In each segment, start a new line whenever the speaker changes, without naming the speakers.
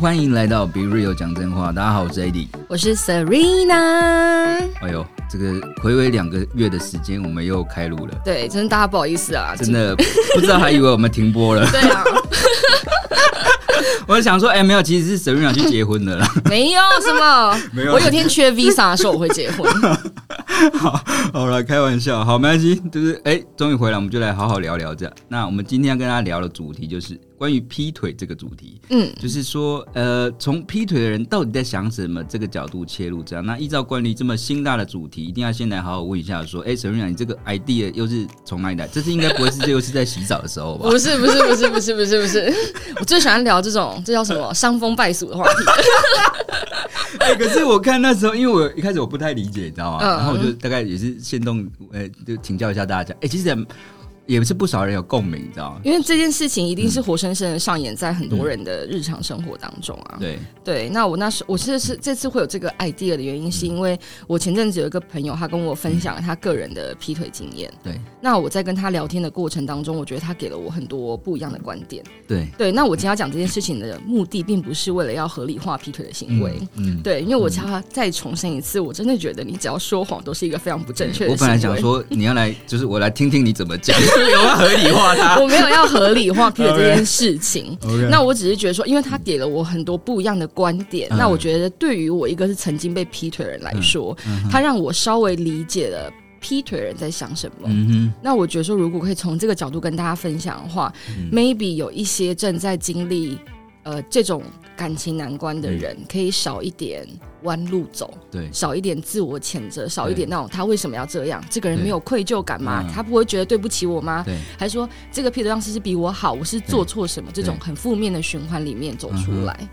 欢迎来到 Be Real 讲真话。大家好，我是 AD。
我是 Serena。
哎呦，这个回违两个月的时间，我们又开录了，
对，真的大家不好意思啊，
真 的不知道还以为我们停播了。
对啊，
我想说，哎、没有，其实是沈月亮去结婚了啦。
没有什么，
没有
我有天缺 visa 的时候我会结 婚，
好， 好了，开玩笑，好，没关系，就是哎，终、于回来，我们就来好好聊聊这样。那我们今天要跟大家聊的主题就是关于劈腿这个主题，
嗯，
就是说，呃，从劈腿的人到底在想什么这个角度切入，这样。那依照惯例，这么辛辣的主题，一定要先来好好问一下，说，哎、沈月亮，你这个 idea 又是从哪里来？这次应该不 会是这又是在洗澡的时候吧？
不是不是不是不是不是不是， 我最喜欢聊这种这叫什么伤风败俗的话题，
哎、可是我看那时候，因为我一开始我不太理解，你知道吗？
嗯
然后我就大概也是先动，呃，就请教一下大家。哎、其实也也是不少人有共鸣，你知道吗？
因为这件事情一定是活生生的上演在很多人的日常生活当中啊。
对，
对，那我那时我这是这次会有这个 idea 的原因，是因为我前阵子有一个朋友，他跟我分享了他个人的劈腿经验。
对，
那我在跟他聊天的过程当中，我觉得他给了我很多不一样的观点。
对，
对，那我今天要讲这件事情的目的，并不是为了要合理化劈腿的行为。
嗯，
对，因为我想要再重申一次，我真的觉得你只要说谎都是一个非常不正确的行为。
我本来想，说你要来，就是我来听听你怎么讲， 有没有合理化它
我没有要合理化劈腿 这件事情。
？OK，
那我只是觉得说，因为他给了我很多不一样的观点，
嗯
那我觉得对于我一个是曾经被劈腿的人来说，
嗯
他让我稍微理解了劈腿人在想什么。
嗯
那我觉得说，如果可以从这个角度跟大家分享的话、m
嗯
a y b e 有一些正在经历呃这种感情难关
嗯
的人，可以少一点弯路走，
哼，对，
少一点自我谴责，少一点那种他为什么要这样？这个人没有愧疚感吗
嗯？
他不会觉得对不起我吗？
对，
还说这个劈腿样式是比我好，我是做错什么？这种很负面的循环里面
嗯
走出来，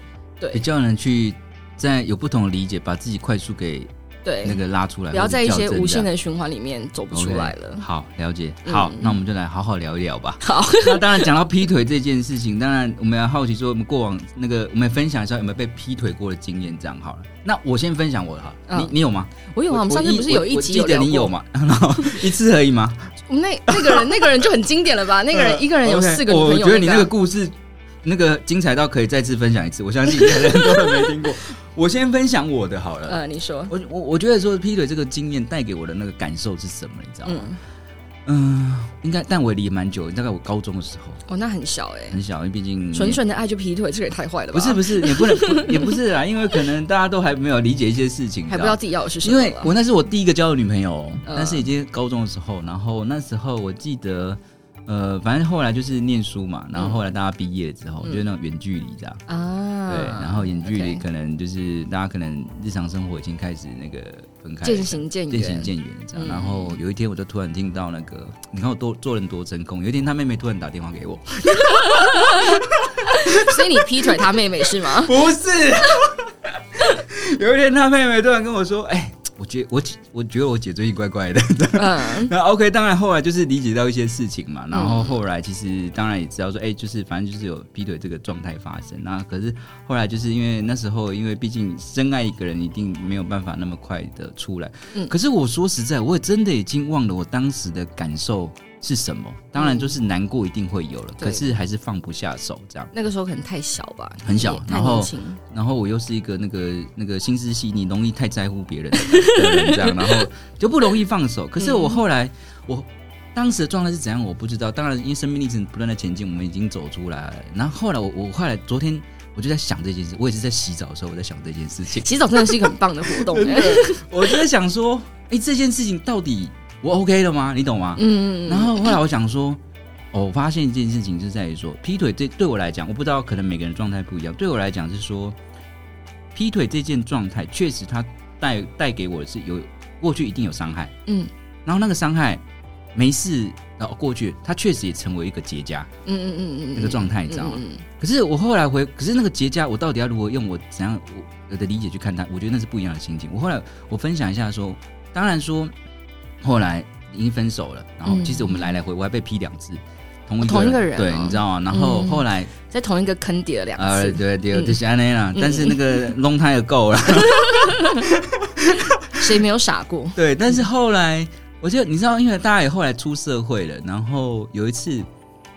比较人去在有不同的理解，把自己快速给
对，
那个拉出来，
不要在一
或者
些
校正
无
这样
限的循环里面走不
OK，
出来了。
好，了解。好，
嗯
那我们就来好好聊一聊吧。
好，
那当然讲到劈腿这件事情，当然我们要好奇说，我们过往那个我们分享一下有没有被劈腿过的经验，这样好了。那我先分享我的哈，你
嗯
你有吗？
我有啊，我们上次不是有一集
我记得
聊
你有
过？
嘛？ 然 后一次而已吗？呃
我们那那个人那个人就很经典 了吧？那个人一个人
嗯
有
OK，
四个女朋
我
友，嗯
觉得你那
那
个故事那个精彩到可以再次分享一次，我相信应该很多人没听过。我先分享我的好了。
呃，你说，
我我我觉得说劈腿这个经验带给我的那个感受是什么，你知道吗？
嗯，
嗯，应该但我也离蛮久，大概我高中的时候
哦，那很小哎、
很小，因为毕竟
纯纯的爱就劈腿，这个也太坏了
嗯
吧？
不是不是也不能不也不是啦，因为可能大家都还没有理解一些事情，
还不知道自己要的是什
因
么
为
了。
我那是我第一个交的女朋友，
嗯
但是已经高中的时候，然后那时候我记得，呃，反正后来就是念书嘛，然后后来大家毕业之后，
嗯
就是那种远距离这样，
啊，
对，然后远距离
OK
可能就是大家可能日常生活已经开始那个分开了，
渐行渐远，
渐行渐远这样。
嗯
然后有一天我就突然听到那个，你看我多做人多成功，有一天他妹妹突然打电话给 我，
所以你劈腿他妹妹是吗？
不是，有一天他妹妹突然跟我说，哎、我觉我姐我觉得我姐最近怪怪的。
嗯，
那 OK，当然后来就是理解到一些事情嘛，然后后来其实当然也知道说，哎、就是反正就是有劈腿这个状态发生。那可是后来就是因为那时候，因为毕竟深爱一个人，一定没有办法那么快的出来。
嗯
可是我说实在，我也真的已经忘了我当时的感受是什么。当然就是难过一定会有了，
嗯对
可是还是放不下手这样。
那个时候可能太小吧，
很小
也
然
太
后
年轻。
然后我又是一个那个那个心思细腻、容易太在乎别人的人， 这样，然后就不容易放手。可是我后来，我当时的状态是怎样，我不知道。当然，因为生命历程不断的前进，我们已经走出来了。然后后来我，我后来昨天我就在想这件事，我也是在洗澡的时候我在想这件事情，
洗澡真的是一个很棒的活 动、欸，
我就在想说，哎，这件事情到底我 OK 了吗？你懂吗？
嗯，
然后后来我想说，哦，我发现一件事情是在于说，劈腿对对我来讲，我不知道可能每个人状态不一样，对我来讲是说，劈腿这件状态确实它带带给我的是有过去一定有伤害，
嗯
然后那个伤害没事然后过去，它确实也成为一个结痂
嗯嗯嗯嗯，
那个状态，你知道吗？
嗯？嗯
可是我后来回，可是那个结痂，我到底要如何用我怎样我的理解去看它？我觉得那是不一样的心情。我后来我分享一下说，当然说后来已经分手了，然后
嗯
其实我们来来回我还被批两次，同一
同一个人
对，
哦
你知道吗？然后
嗯
后来、
嗯在同一个坑跌了两
呃，
次，
对对，
嗯
就是安内啦，
嗯
但是那个 long time ago 了，
谁没有傻过？
对，但是后来我觉得你知道，因为大家也后来出社会呃了，然后有一次，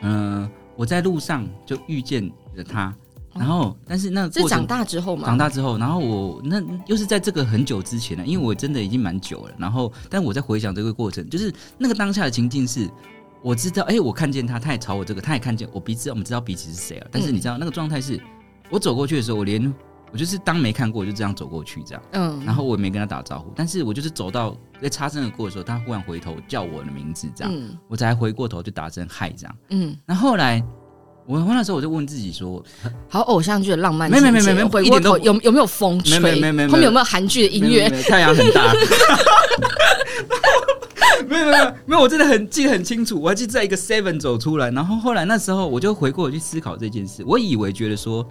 嗯、我在路上就遇见了他，然后，但是那
这
过
长
程
大之后嘛，
长大之后，然后我那又是在这个很久之前了，因为我真的已经蛮久了。然后，但我在回想这个过程，就是那个当下的情境是，我知道，哎、我看见他，他也朝我这个，他也看见我彼此，我们知道彼此是谁了。但是你知道那个状态是，我走过去的时候，我连我就是当没看过，我就这样走过去这样，
嗯，
然后我也没跟他打招呼，但是我就是走到在擦身而过的时候，他忽然回头叫我的名字这样，
嗯
我才回过头就打声嗨这样。
嗯，
然后后来。我我那时候我就问自己说，
好偶像剧的浪漫
没
情节，
没没没没
回
一
过
点都
头
不
有有没有风吹？
没没没没没
后面有没有韩剧的音
没有
乐？
没有太阳很大。 没有没有没有，我真的很记得很清楚，我还记得在一个 Seven 走出来，然后后来那时候我就回过头去思考这件事，我以为觉得说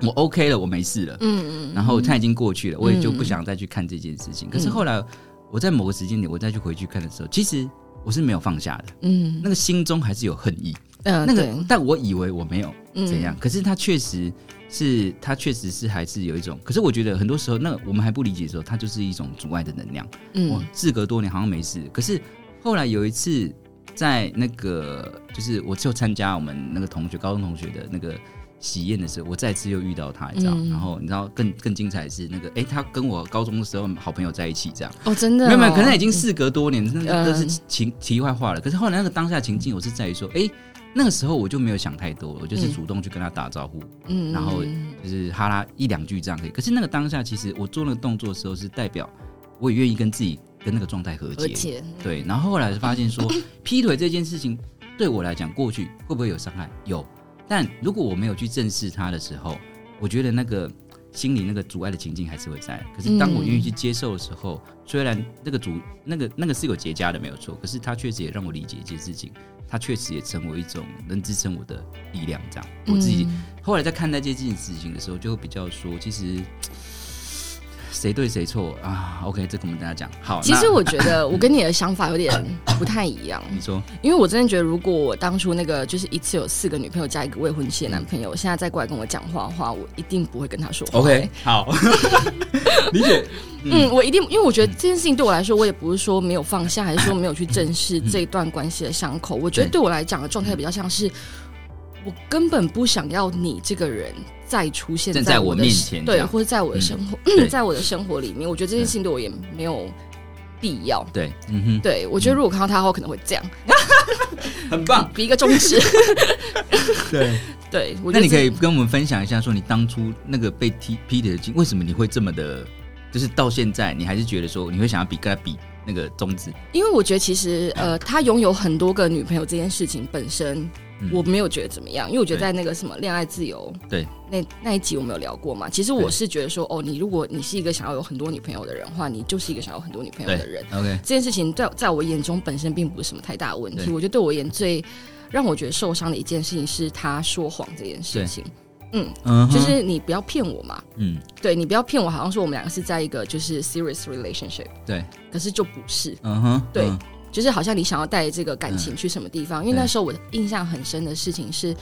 我 OK 了，我没事了，
嗯嗯，
然后它已经过去了，我也就不想再去看这件事情。可是后来我在某个时间点，我再去回去看的时候，其实我是没有放下的，
嗯
那个心中还是有恨意，
嗯，
那个
对
但我以为我没有，
嗯
怎样？可是他确实是，他确实是还是有一种。可是我觉得很多时候，那我们还不理解的时候，它就是一种阻碍的能量。我
嗯
事隔多年好像没事，可是后来有一次在那个，就是我就参加我们那个同学高中同学的那个喜宴的时候，我再次又遇到他，你知道？
嗯
然后你知道更更精彩的是那个，哎、他跟我高中的时候好朋友在一起，这样。
哦，真的
没有没有，
哦
可能已经事隔多年，那
嗯
那是情题外话了。可是后来那个当下情境，我是在于说，哎、那个时候我就没有想太多，我就是
嗯
主动去跟他打招呼，
嗯
然后
嗯
就是哈拉一两句这样可以。可是那个当下，其实我做那个动作的时候，是代表我也愿意跟自己跟那个状态和
而
解。
且
对，然后后来发现说， 劈腿这件事情对我来讲，过去会不会有伤害？有，但如果我没有去正视它的时候，我觉得那个心里那个阻碍的情境还是会在。可是当我愿意去接受的时候，
嗯
虽然那个阻那个那个是有结痂的没有错，可是它确实也让我理解一件事情，它确实也成为一种能支撑我的力量。这样，
嗯
我自己、后来在看待这件事情的时候，就会比较说，其实。谁对谁错啊？OK，这个我们等一下讲。好，
其
那嗯
实我觉 得我跟你的想法有点不太一样，
你说，
因为我真的觉得，如果我当初那个就是一次有四个女朋友加一个未婚妻的男朋友，现在再过来跟我讲话的话，我一定不会跟他说话。
OK，好， 理解。
嗯，我一定，因为我觉得这件事情对我来说，我也不是说没有放下，还是说没有去正视这一段关系的伤口。我觉得
嗯对
对我来讲的状态比较像是，我根本不想要你这个人再出现
正
在
在
我
我
的
面
生
前这
对，
样嗯
或者在我的生活，嗯
对嗯
在我的生活里面，我觉得这件事情对我也没有必要。
对，嗯
对，我觉得如果看到他的话，我可能会这样，
哼，很棒。
比一个中 指。
对，
对，我觉
那
得
你可
这
以跟我们分享一下，说你当初那个被踢劈腿的经，为什么你会这么的，就是到现在你还是觉得说你会想要比跟他比那个宗旨？
因为我觉得其实呃，他拥有很多个女朋友这件事情本身，
嗯
我没有觉得怎么样，因为我觉得
对
在那个什么恋爱自由
对
那那一集我们有聊过嘛。其实我
对
是觉得说，哦，你如果你是一个想要有很多女朋友的人的话，你就是一个想要有很多女朋友
对
的人。
，OK，
这件事情在在我眼中本身并不是什么太大的问题，
对
我觉得对我而言最让我觉得受伤的一件事情是他说谎这件事
对
情，
嗯哼，
就是你不要骗我嘛，
嗯，
对你不要骗我，好像说我们两个是在一个就是 serious relationship，
对，
可是就不是，
嗯哼，
对
嗯
就是好像你想要带这个感情去什么地方。因为那时候我印象很深的事情是，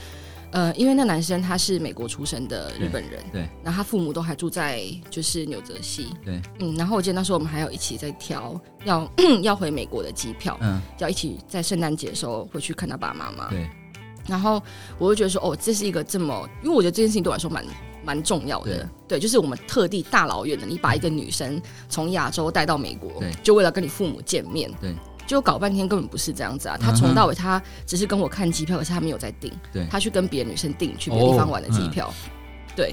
呃，因为那男生他是美国出生的日本人，
对对
然后他父母都还住在就是纽泽西，
对，
嗯，然后我记得那时候我们还有一起在挑要 要回美国的机票，
嗯，
要一起在圣诞节的时候回去看他爸妈妈。
对，
然后我就觉得说，哦，这是一个这么，因为我觉得这件事情对我来说蛮蛮重要的
对。
对，就是我们特地大老远的，你把一个女生从亚洲带到美国
嗯对，
就为了跟你父母见面，
对，
就搞半天根本不是这样子啊！
嗯哼
他从到尾他只是跟我看机票，可是他没有在订，
对哦嗯
他去跟别的女生订去别的地方玩的机票，对。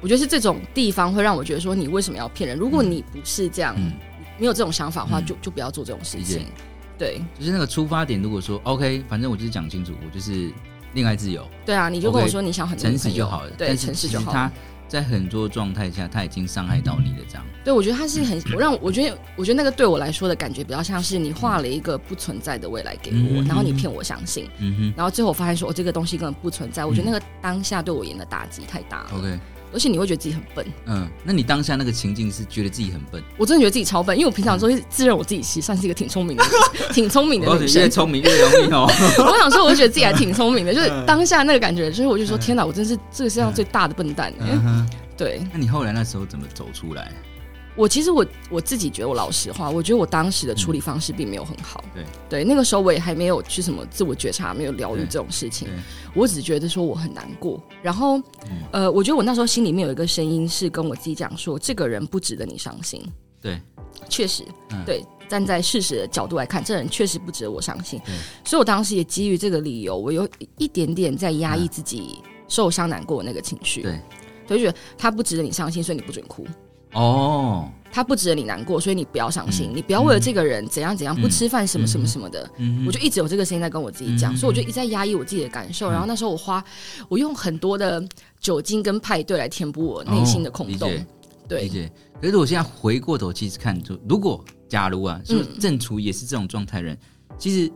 我觉得是这种地方会让我觉得说，你为什么要骗人？如果你不是这样，
嗯，
没有这种想法的话，
嗯
就就不要做这种事
理解
情。对
就是那个出发点，如果说 OK，反正我就是讲清楚，我就是恋爱自由，
对啊，你就跟我
OK，
说你想很多
诚
女
实
朋
就
友
好了。
对，
但是
诚实
其
就
实
好。
他在很多状态下，他已经伤害到你了，这样。
对，我觉得他
嗯
是很让我觉得，我觉得那个对我来说的感觉比较像是你画了一个不存在的未来给我，
嗯
然后你骗我相信，
嗯
然后最后我发现说，哦，这个东西根本不存在。我觉得那个当下对我演的打击太大了
哼，OK。
而且你会觉得自己很笨。
嗯，那你当下那个情境是觉得自己很笨，
我真的觉得自己超笨，因为我平常都会自认我自己其实算是一个挺聪明的女，挺聪明的
我告诉
女
你，
生
越。聪明越容易 哦。
我想说，我就觉得自己还挺聪明的，就是
嗯
当下那个感觉，就是我就说，天哪，我真是这个世界上最大的笨蛋、欸。
嗯哼
对，
那你后来那时候怎么走出来？
我其实我我自己觉得，我老实话，我觉得我当时的处理方式并没有很好。
嗯对
对，那个时候我也还没有去什么自我觉察，没有疗愈这种事情
对嗯对，
我只觉得说我很难过。然后，呃，我觉得我那时候心里面有一个声音是跟我自己讲说，这个人不值得你伤心。
对，
确实，
嗯
对，站在事实的角度来看，这人确实不值得我伤心
对。
所以我当时也基于这个理由，我有一点点在压抑自己受伤、难过的那个情绪。
嗯对，
所以就觉得他不值得你伤心，所以你不准哭。
哦，
他不值得你难过，所以你不要伤心，你不要为了这个人怎样怎样不吃饭什么什么什么的。
嗯
我就一直有这个声音在跟我自己讲，
嗯
所以我就一直在压抑我自己的感受。然后那时候我花，我用很多的酒精跟派对来填补我内心的空洞。
哦理解理
对，
解。可是我现在回过头其实看，就如果假如啊，是不是
嗯
正处也是这种状态的人，其实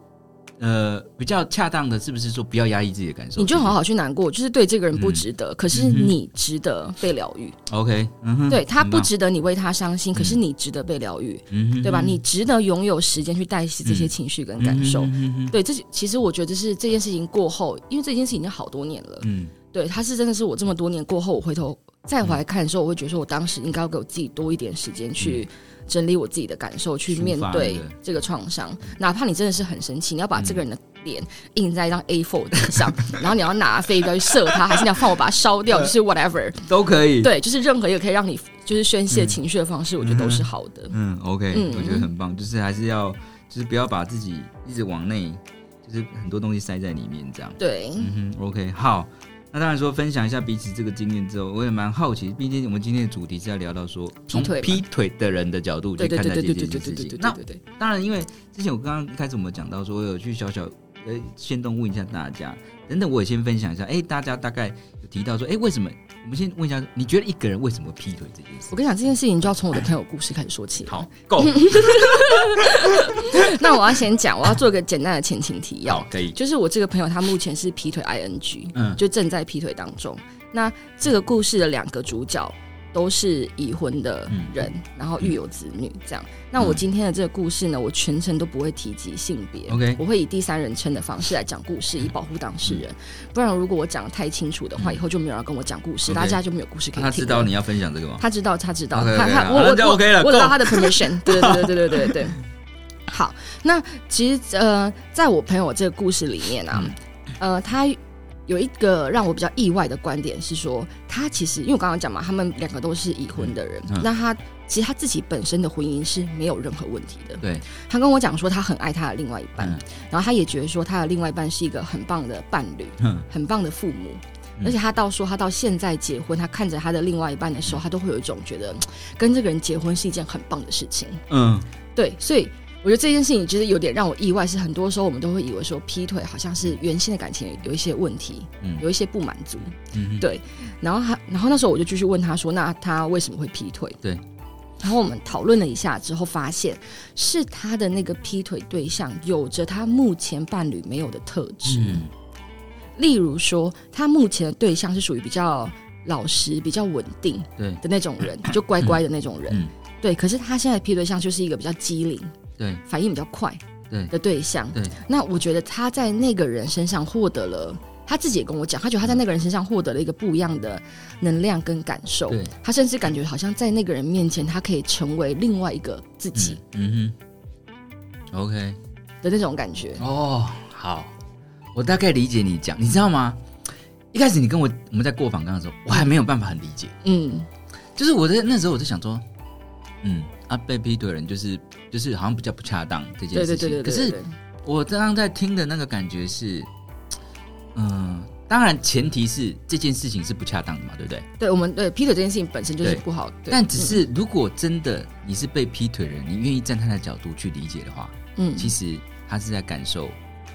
呃比较恰当的，是不是说不要压抑自己的感受？
你就好好去难过，就是对这个人不
嗯
值得，可是你值得被疗愈。
OK，嗯哼，
对他
很
不
棒，
值得你为他伤心，可是你值得被疗愈，
嗯哼
对吧？你值得拥有时间去代谢这些情绪跟感受。
嗯哼嗯哼
对，这其实我觉得是这件事情过后，因为这件事情已经好多年了。
嗯
对，他是真的是我这么多年过后，我回头再回来看的时候，我会觉得说我当时应该要给我自己多一点时间去整理我自己的感受，
嗯
去
抒发
面对
那个
这个创伤。哪怕你真的是很生气，你要把这个人的
嗯
脸印在一张 A4 纸上， 然后你要拿飞镖去射他，还是你要放我把它烧掉，就是 whatever。
都可以。，
对，就是任何一个可以让你就是宣泄情绪的方式，我觉得都是好的。
嗯，OK，
嗯
我觉得很棒，就是还是要，就是不要把自己一直往内，就是很多东西塞在里面这样。
对，
嗯哼，OK，好。那当然说分享一下彼此这个经验之后，我也蛮好奇，毕竟我们今天的主题是要聊到说从
腿嘛
劈腿的人的角度去
对对
看
对
待
对
这
对对
件
对对
事
对
情
对。
那
对对。
当然，因为之前我刚刚一开始我们讲到说，我有去小小呃先动问一下大家，等等，我也先分享一下，哎、大家大概有提到说，哎、为什么？我们先问一下，你觉得一个人为什么会劈腿这件事
我？跟你讲这件事情，就要从我的朋友故事开始说起。
好，够，
那我要先讲，我要做一个简单的前情提要
好，。可以，
就是我这个朋友，他目前是劈腿 ing，
嗯
就正在劈腿当中。那这个故事的两个主角都是已婚的人，
嗯
然后育有子女这样。那我今天的这个故事呢，我全程都不会提及性别
OK
我会以第三人称的方式来讲故事，以保护当事人。不然如果我讲得太清楚的话，以后就没有人要跟我讲故事
嗯 OK
大家就没有故事可以听。
他知道。你要分享这个吗？
他知道，他知道
OK，OK，
他他
好
我
那
我
就 OK 了
我我得到
够
他的 permission，对对对对对对对对。好，那其实呃，在我朋友这个故事里面
嗯
啊，呃，他有一个让我比较意外的观点是说，他其实因为我刚刚讲嘛，他们两个都是已婚的人，
嗯嗯
那他其实他自己本身的婚姻是没有任何问题的。
对，
他跟我讲说，他很爱他的另外一半，
嗯
然后他也觉得说，他的另外一半是一个很棒的伴侣，
哼
很棒的父母。
嗯
而且他到说，他到现在结婚，他看着他的另外一半的时候，他都会有一种觉得，嗯跟这个人结婚是一件很棒的事情。
嗯，
对，所以我觉得这件事情其实有点让我意外，是很多时候我们都会以为说劈腿好像是原先的感情有一些问题，
嗯
有一些不满足。
嗯哼
对然后他，然后那时候我就继续问他说，那他为什么会劈腿？
对。
然后我们讨论了一下之后，发现是他的那个劈腿对象有着他目前伴侣没有的特质。
嗯
例如说，他目前的对象是属于比较老实、比较稳定
对
的那种人，就乖乖的那种人。
嗯
对，可是他现在的劈对象就是一个比较机灵、
对
反应比较快
对
的对象。
对，
那我觉得他在那个人身上获得了。他自己也跟我讲，他觉得他在那个人身上获得了一个不一样的能量跟感受
对，
他甚至感觉好像在那个人面前，他可以成为另外一个自己
嗯哼，OK，
的那种感觉。
哦，好，我大概理解你讲，你知道吗？一开始你跟我我们在过访纲的时候，我还没有办法很理解，
嗯，
就是我在那时候我就想说，嗯，啊，被劈腿的人就是就是好像比较不恰当这件
对
事
对
情，
对对对。
可
对
是
对
我刚刚在听的那个感觉是，嗯、当然前提是这件事情是不恰当的嘛，对不对？
对我们对劈腿这件事情本身就是
对
不好，对嗯
但只是如果真的你是被劈腿的人，你愿意站他的角度去理解的话，
嗯，
其实他是在感受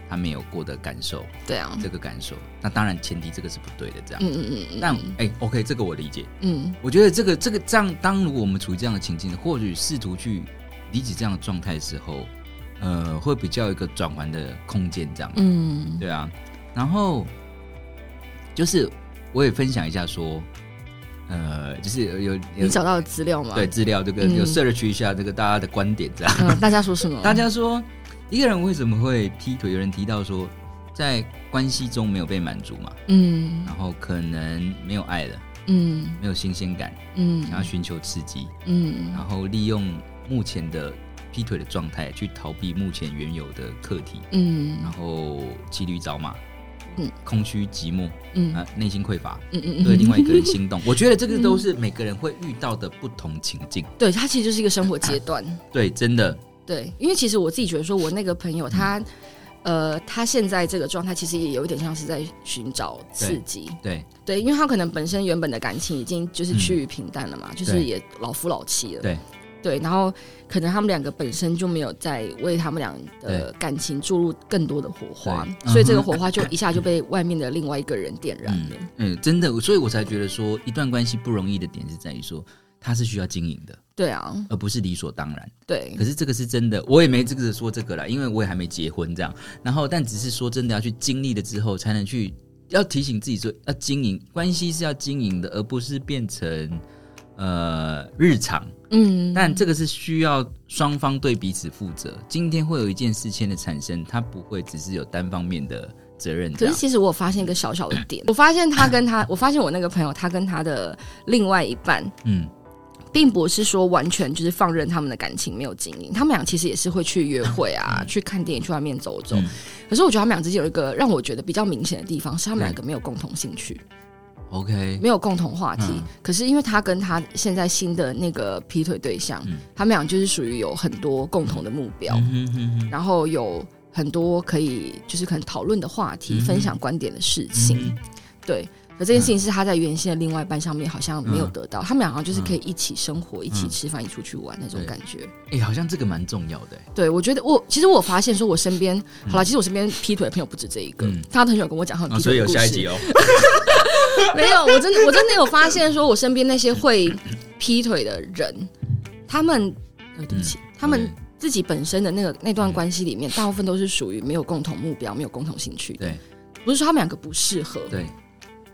他没有过的感受，
对啊，
这个感受。那当然前提这个是不对的，这样。
嗯嗯嗯嗯，
但哎、o k 这个我理解。
嗯
我觉得这个这个这样，当如果我们处于这样的情境，或许试图去理解这样的状态的时候，呃，会比较有一个转换的空间，这样。
嗯
对啊，然后就是我也分享一下说，呃，就是有有
你找到了资料吗？
对，资料这个
嗯
有 search 一下这个大家的观点这样。
嗯，大家说什么？
大家说一个人为什么会劈腿？有人提到说，在关系中没有被满足嘛，
嗯
然后可能没有爱了，
嗯
没有新鲜感，
嗯
然后寻求刺激，
嗯
然后利用目前的劈腿的状态去逃避目前原有的课题，然
嗯
后骑驴找马，
嗯，
空虚寂寞，
嗯
啊、内心匮乏，
嗯嗯
对另外一个人心 动。我觉得这个都是每个人会遇到的不同情境。
对，它其实就是一个生
呃啊
活阶段。
对，真的，
对，因为其实我自己觉得，说我那个朋
嗯
友他，呃，他现在这个状态其实也有一点像是在寻找刺激。
对
对，因为他可能本身原本的感情已经就是趋于平淡了嘛，就
嗯
是
对
也老夫老妻了。
对
对，然后可能他们两个本身就没有在为他们俩的感情注入更多的火花
对嗯，哼
所以这个火花就一下就被外面的另外一个人点燃了。
嗯，真的，所以我才觉得说，一段关系不容易的点是在于说，它是需要经营的，
对啊，
而不是理所当然。
对
可，是这个是真的，啊我也没这个说这个啦，因为我也还没结婚这样。然后，但只是说真的要去经历了之后，才能去要提醒自己说，要经营关系是要经营的，而不是变成呃日常。
嗯，
但这个是需要双方对彼此负责。今天会有一件事情的产生，它不会只是有单方面的责任这
可是
样。
其实我有发现一个小小的点，我发现他跟他，我发现我那个朋友他跟他的另外一半，
嗯，
并不是说完全就是放任他们的感情没有经营，他们俩其实也是会去约会啊，去看电影，去外面走走。
嗯
可是我觉得他们俩之间有一个让我觉得比较明显的地方，是他们两个没有共同兴趣，
OK，
没有共同话题。
嗯
可是因为他跟他现在新的那个劈腿对象，
嗯
他们俩就是属于有很多共同的目标，
嗯哼哼哼
然后有很多可以就是可能讨论的话题，
嗯哼
分享观点的事情。
嗯
对。可这件事情是他在原先的另外一半上面好像没有
嗯
得到，他们俩好像就是可以一起生活、一起
嗯
吃饭、一起出去玩那种
对
感觉。
哎、好像这个蛮重要的、欸。
对我觉得我其实我发现说我身边好了，其实我身边劈腿的朋友不止这一个，
嗯
大家都很喜欢跟我讲他们劈腿的故事。
哦。
没有，我真的我真的有发现说我身边那些会劈腿的人，他们呃对不起，
嗯
他们。自己本身的那个那段关系里面，大部分都是属于没有共同目标、没有共同兴趣的。
对
不是说他们两个不适合，
对，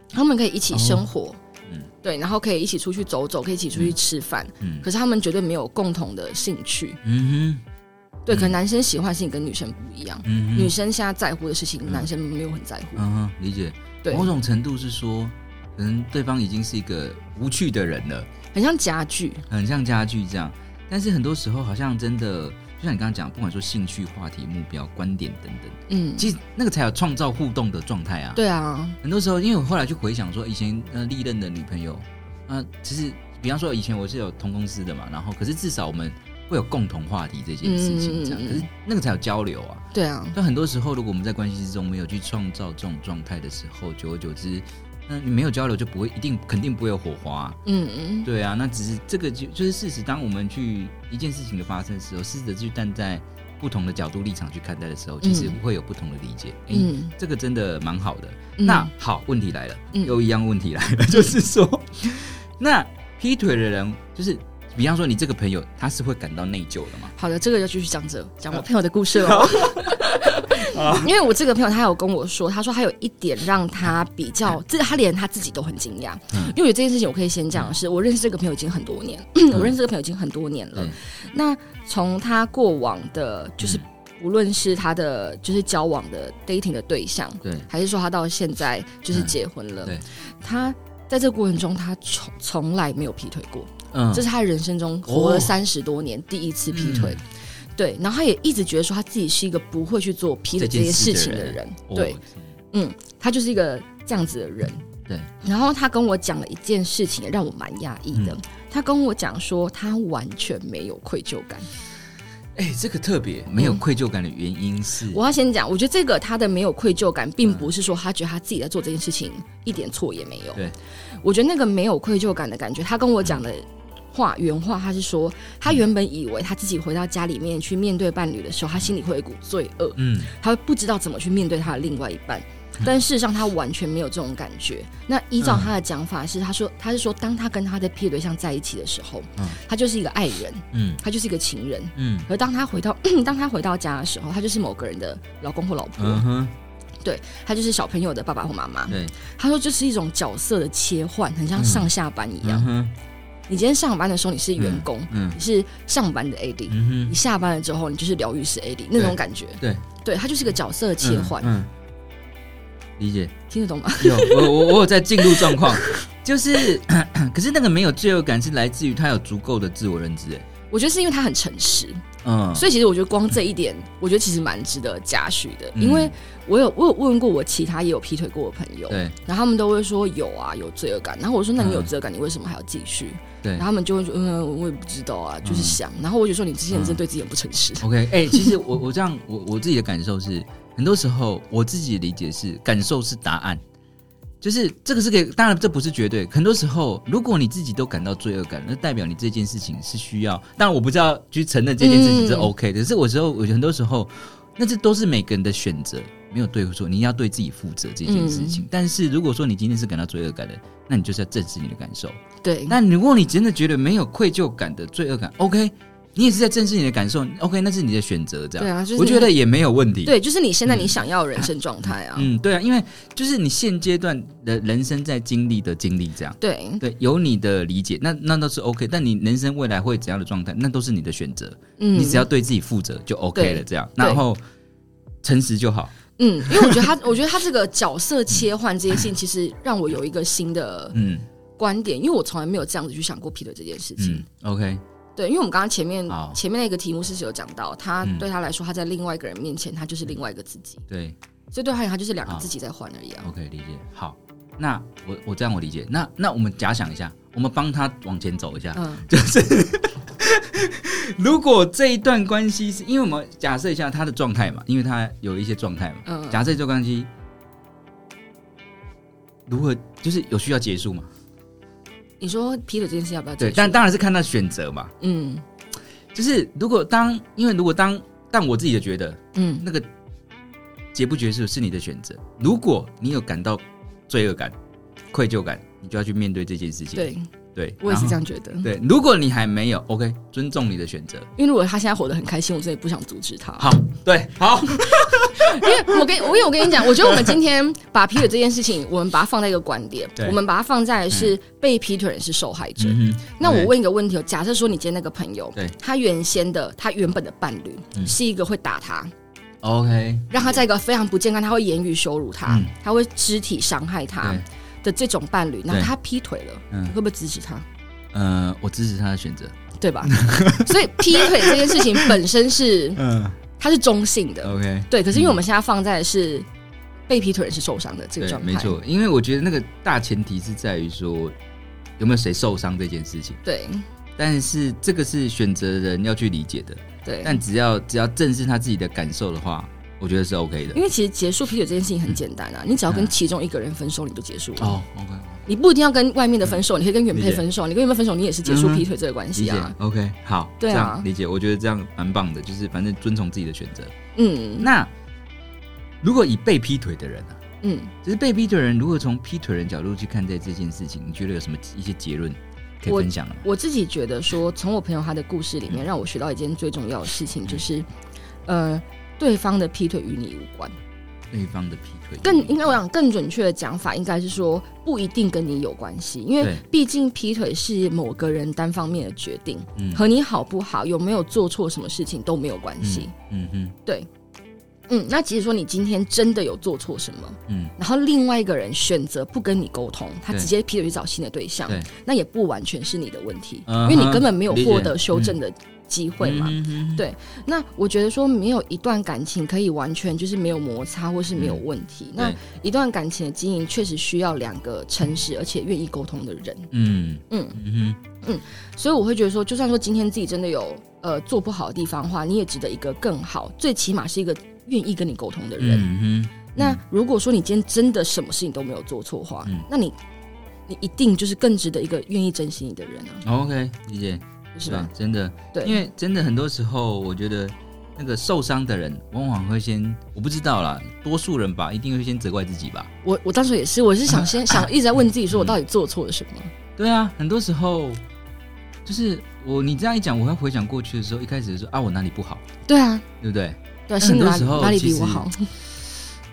他们可以一起生活，
嗯
对，然后可以一起出去走走，可以一起出去吃饭，
嗯
可是他们绝对没有共同的兴趣。
嗯哼
对，可能男生喜欢的事情跟女生不一样，
嗯
女
哼
生现在在乎的事情，男生没有很在乎。
嗯哼，理解。
对
某，种程度是说，可能对方已经是一个无趣的人了。
很像家具，
很像家具这样。但是很多时候好像真的，就像你刚刚讲，不管说兴趣、话题、目标、观点等等，
嗯，
其实那个才有创造互动的状态啊。，
对啊，
很多时候，因为我后来去回想说，以前呃历任的女朋友，呃，其实比方说以前我是有同公司的嘛，然后可是至少我们会有共同话题这件事情，这样，
嗯嗯嗯嗯
可是那个才有交流啊。
对啊，
但很多时候，如果我们在关系之中没有去创造这种状态的时候，久而久之，那你没有交流就不会一定肯定不会有火花啊、
嗯嗯，
对啊，那只是这个就就是事实。当我们去一件事情的发生的时候，试着去站在不同的角度立场去看待的时候，其实
嗯
会有不同的理解。哎、
嗯
这个真的蛮好的。
嗯
那好，问题来了，
嗯
又一样问题来了， 就是说，那劈腿的人，就是比方说你这个朋友，他是会感到内疚的嘛？
好的，这个就继续讲着讲我朋友的故事了。 因为我这个朋友他有跟我说，他说他有一点让他比较，这他连他自己都很惊讶。
嗯
因为有这件事情，我可以先讲的是，我认识这个朋友已经很多 年，嗯我认识这个朋友已经很多年了
对。
那从他过往的，
嗯
就是无论是他的就是交往的 dating 的对象，
对，
还是说他到现在就是结婚
嗯
了，
对
他在这个过程中他从从来没有劈腿过。
嗯
这是他人生中活了
哦嗯
三十多年、第一次劈腿。对，然后他也一直觉得说他自己是一个不会去做劈腿这
这
些
件
事
事
情
情
的
的
人，
哦
对他就是一个这样子的人。
对，
然后他跟我讲了一件事情，让我蛮讶异
嗯
的。他跟我讲说，他完全没有愧疚感。
哎、这个特别没有愧疚感的原因是，
嗯我要先讲，我觉得这个他的没有愧疚感，
嗯
并不是说他觉得他自己在做这件事情一点错也没有。
对，嗯
我觉得那个没有愧疚感的感觉，他跟我讲的话原话，他是说他原本以为他自己回到家里面去面对伴侣的时候，他心里会有一股罪恶，
嗯，
他会不知道怎么去面对他的另外一半。 但事实上，他完全没有这种感觉。那
嗯
依照他的讲法是，他说他是说，当他跟他的劈腿对象在一起的时候，
嗯
他就是一个爱人，
嗯
他就是一个情人。
嗯
而当他回到 当他回到家的时候，他就是某个人的老公或老婆，
嗯哼，
他就是小朋友的爸爸或妈妈。
对，
他说，就是一种角色的切换，很像上下班一样。
嗯哼，
你今天上班的时候你是员工，
嗯
你是上班的 AD，、
嗯哼
你，下班了之后你就是疗愈师 AD 那种感觉。
对，嗯
对，它就是一个角色的切换，
嗯，嗯理解。
听得懂吗？
有我我我有在进入状况， 就是， 可是那个没有罪恶感是来自于他有足够的自我认知，哎，
我觉得是因为他很诚实，
嗯，
所以其实我觉得光这一点，我觉得其实蛮值得嘉许的。
嗯
因为我有我有问过我其他也有劈腿过的朋友，
对
然后他们都会说有啊，有罪恶感。然后我说那你有
嗯
罪恶感，你为什么还要继续？
对
然后他们就会说嗯，我也不知道啊，就是想。然后我就说你这些人真的对自己很不诚实。
，OK，哎、其实我我这样我我自己的感受是，很多时候我自己的理解是感受是答案，就是这个是给，当然这不是绝对，很多时候如果你自己都感到罪恶感，那代表你这件事情是需要，当然我不知道去承认这件事情是
嗯
OK 的，可是我时候我觉得很多时候，那这都是每个人的选择。没有对或错，你要对自己负责这件事情。但是如果说你今天是感到罪恶感的，那你就是要正视你的感受。
对，
那如果你真的觉得没有愧疚感的罪恶感，OK，你也是在正视你的感受，OK，那是你的选择，这样。
对啊就是
我觉得也没有问题。，
对，就是你现在你想要的人生状态啊。
嗯，对啊，因为就是你现阶段的人生在经历的经历，这样。
对，
对，有你的理解，那那都是 OK。但你人生未来会怎样的状态，那都是你的选择。
嗯，
你只要对自己负责就 OK 了，
对
这样。
对
然后诚实就好。
嗯，因为我觉得他， 我觉得他这个角色切换这件事情，其实让我有一个新的
嗯
观点，因为我从来没有这样子去想过劈腿这件事情。
嗯，OK，
对，因为我们刚刚前面
好
前面那个题目是有讲到，他
嗯
对他来说，他在另外一个人面前，他就是另外一个自己，
对。
所以对他而言，他就是两个
嗯好
自己在换而已啊。
OK，理解。好，那我我这样我理解。那那我们假想一下，我们帮他往前走一下。
嗯，
如果这一段关系是因为我们假设一下他的状态嘛，因为他有一些状态嘛。
嗯
假设这段关系如何，就是有需要结束嘛？
你说劈腿这件事要不要结
对，
束
但当然是看他选择嘛。
嗯
就是如果当因为如果当但我自己的觉得
嗯
那个结不结束是你的选择。如果你有感到罪恶感、愧疚感，你就要去面对这件事情。
对
对，
我也
然
是
后
这样觉得，
对，如果你还没有，OK，尊重你的选择。
因为如果他现在活得很开心，我真的不想阻 止他。
好，对，好，
因为我跟我因为我跟你讲，我觉得我们今天把劈腿这件事情，我们把它放在一个观点，
对嗯
我们把它放在是被劈腿人是受害者。
嗯哼
那我
OK
问一个问题哦，假设说你今天那个朋友
对，
他原先的他原本的伴侣、
嗯
是一个会打他，
，OK，
让他在一个非常不健康，他会言语羞辱他，
嗯
他会肢体伤害他
对，
的这种伴侣，然后
对
他劈腿了，
嗯
你会不会支持他？
呃，我支持他的选择。
对吧？ 所以劈腿这件事情本身是
嗯
它是中性的，
，OK，嗯
对。可是因为我们现在放在的是被劈腿人是受伤的这个
对，
状态，
没，错，因为我觉得那个大前提是在于说有没有谁受伤这件事情，
对
但是这个是选择人要去理解的，
对。
但只要只要正视他自己的感受的话，我觉得是 OK 的
因。为其实结束劈腿这件事情很简单啊，你只要跟其中一个人分手，你就结束了。
嗯哦，OK，
你不一定要跟外面的分手，你可以跟原配
理解
分手，你跟原配分手，你也是结束
嗯哼
劈腿这个关
理
系
解
啊。
，OK，好，
对啊
这样理解，我觉得这样蛮棒的，就是反正遵从自己的选择。
嗯
那如果以被劈腿的人啊，
嗯，
就是被劈腿人如何从劈腿人角度去看待这件事情，你觉得有什么一些结论可以
我
分享了吗？
我自己觉得说，从我朋友他的故事里
嗯
面，让我学到一件最重要的事情，就是，呃，对方的劈腿与你无关。
对方的劈腿
更应该我想更准确的讲法，应该是说不一定跟你有关系，因为
对
毕竟劈腿是某个人单方面的决定，
嗯
和你好不好、有没有做错什么事情都没有关系。
嗯嗯
嗯，那即使说你今天真的有做错什么，
嗯
然后另外一个人选择不跟你沟通，他
对
直接劈腿去找新的对象
对，
那也不完全是你的问题，
嗯哼
因为你根本没有
理解
获得修正的机会嘛。
嗯嗯嗯
对那我觉得说，没有一段感情可以完全就是没有摩擦或是没有问题。那
对
一段感情的经营确实需要两个诚实而且愿意沟通的人。
嗯
嗯
嗯
所以我会觉得说，就算说今天自己真的有呃做不好的地方的话，你也值得一个更好，最起码是一个愿意跟你沟通的
哼
人。
嗯
那如果说你今天真的什么事情都没有做错的话，
嗯
那你你一定就是更值得一个愿意珍惜你的人啊，
哼，OK，理解
是吧？？
对真的，
对，
因为真的很多时候，我觉得那个受伤的人往往会先，我不知道啦，多数人吧，一定会先责怪自己吧。
我我当时也是，我是 想先想一直在问自己，说我到底做错了什么？
对啊，很多时候就是我你这样一讲，我会回想过去的时候，一开始说啊，我哪里不好，
对啊，
对不对？
对
那
啊，心里
嗯很多
哪里
时候
哪里
其
比
实
我好？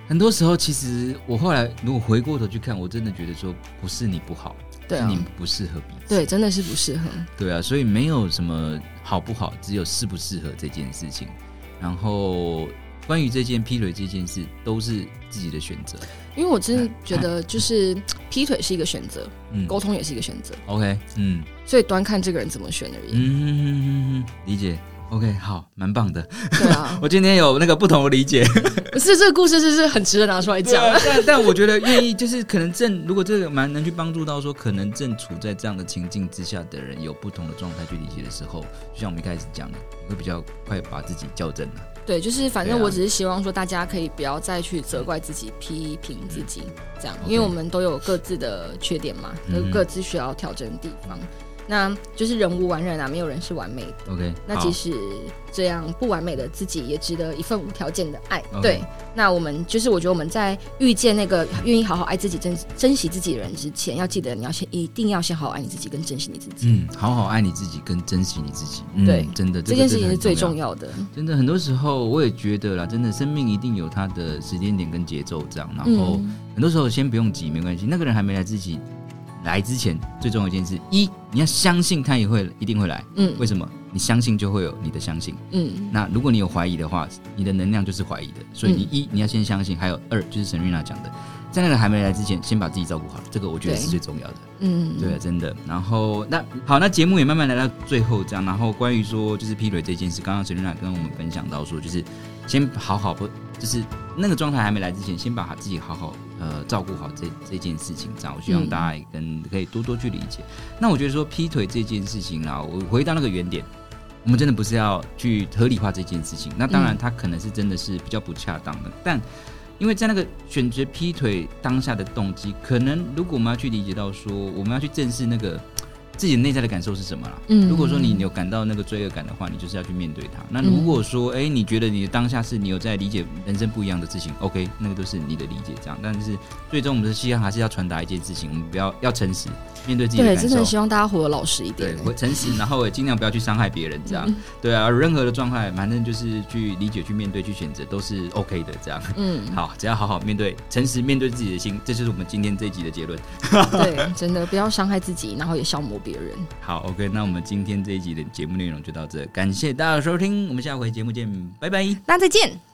很多时候，其实我后来如果回过头去看，我真的觉得说不是你不好，
对
是
啊
你，们不适合彼此。
对，真的是不适合。
对啊，所以没有什么好不好，只有适不适合这件事情。然后关于这件劈腿这件事，都是自己的选择。
因为我真的觉得，就是劈腿是一个选择，
哎嗯
沟通也是一个选择，
，OK，嗯
所以端看这个人怎么选而
嗯
已。
嗯嗯嗯，理解。OK，好，蛮棒的。
对啊，
我今天有那个不同的理解，
不是这个故事是是很值得拿出来
对
讲
啊
的。
但但我觉得愿意就是可能正，如果这个蛮能去帮助到说，可能正处在这样的情境之下的人，有不同的状态去理解的时候，就像我们一开始讲的，你会比较快把自己校正了、
对，就是反正
对啊
我只是希望说，大家可以不要再去责怪自己、批评自己，这样，
嗯 OK
因为我们都有各自的缺点嘛，
嗯
有各自需要调整的地方。那就是人无完人啊，没有人是完美的。
OK，
那
好
即使这样不完美的自己，也值得一份无条件的爱。
OK
对，那我们就是我觉得我们在遇见那个愿意好好爱自己、珍珍惜自己的人之前，要记得你要先一定要先好好爱你自己，跟珍惜你自己。
嗯，好好爱你自己，跟珍惜你自己。嗯、
对
真的，
这
个
件事
真的
情
很
是最
重
重要的。
真的，很多时候我也觉得啦，真的，生命一定有它的时间点跟节奏这样。然后、
嗯
很多时候先不用急，没关系。那个人还没来自己来之前，最重要一件事，一你要相信他也会一定会来。为
嗯
什么？你相信就会有你的相信。
嗯，
那如果你有怀疑的话，你的能量就是怀疑的。所以你
嗯
一你要先相信，还有二就是沈瑞娜讲的，在那个还没来之前，先把自己照顾好，这个我觉得
对
是最重要的。
嗯，
对，真的。然后那好，那节目也慢慢来到最后这样。然后关于说就是劈腿这件事，刚刚沈丽娜跟我们分享到说，就是先好好不，就是那个状态还没来之前，先把自己好好呃照顾好这这件事情这样。我希望
嗯
大家也跟可以多多去理解。那我觉得说劈腿这件事情啊，我回到那个原点。我们真的不是要去合理化这件事情，那当然
嗯
它可能是真的是比较不恰当的，但因为在那个选择劈腿当下的动机，可能如果我们要去理解到说，我们要去正视那个嘖自己内在的感受是什么啦。
嗯
如果说你有感到那个罪恶感的话，你就是要去面对它。那如果说，哎、你觉得你的当下是你有在理解人生不一样的事情，OK，那个都是你的理解这样。但是最终我们的希望还是要传达一件事情，我们不要要诚实面对自己的
对，
感
真的
受。
希望大家活得老实一
对
点，。欸
我诚实，然后也尽量不要去伤害别人，这
嗯
样。对啊，任何的状态，反正就是去理解、去面对、去选择，都是 OK 的，这样。
嗯，
好，只要好好面对，诚实面对自己的心，这就是我们今天这一集的结论。
对，真的不要伤害自己，然后也消磨别人。
好，OK，那我们今天这一集的节目内容就到这，感谢大家的收听，我们下回节目见，拜拜。
大家再见。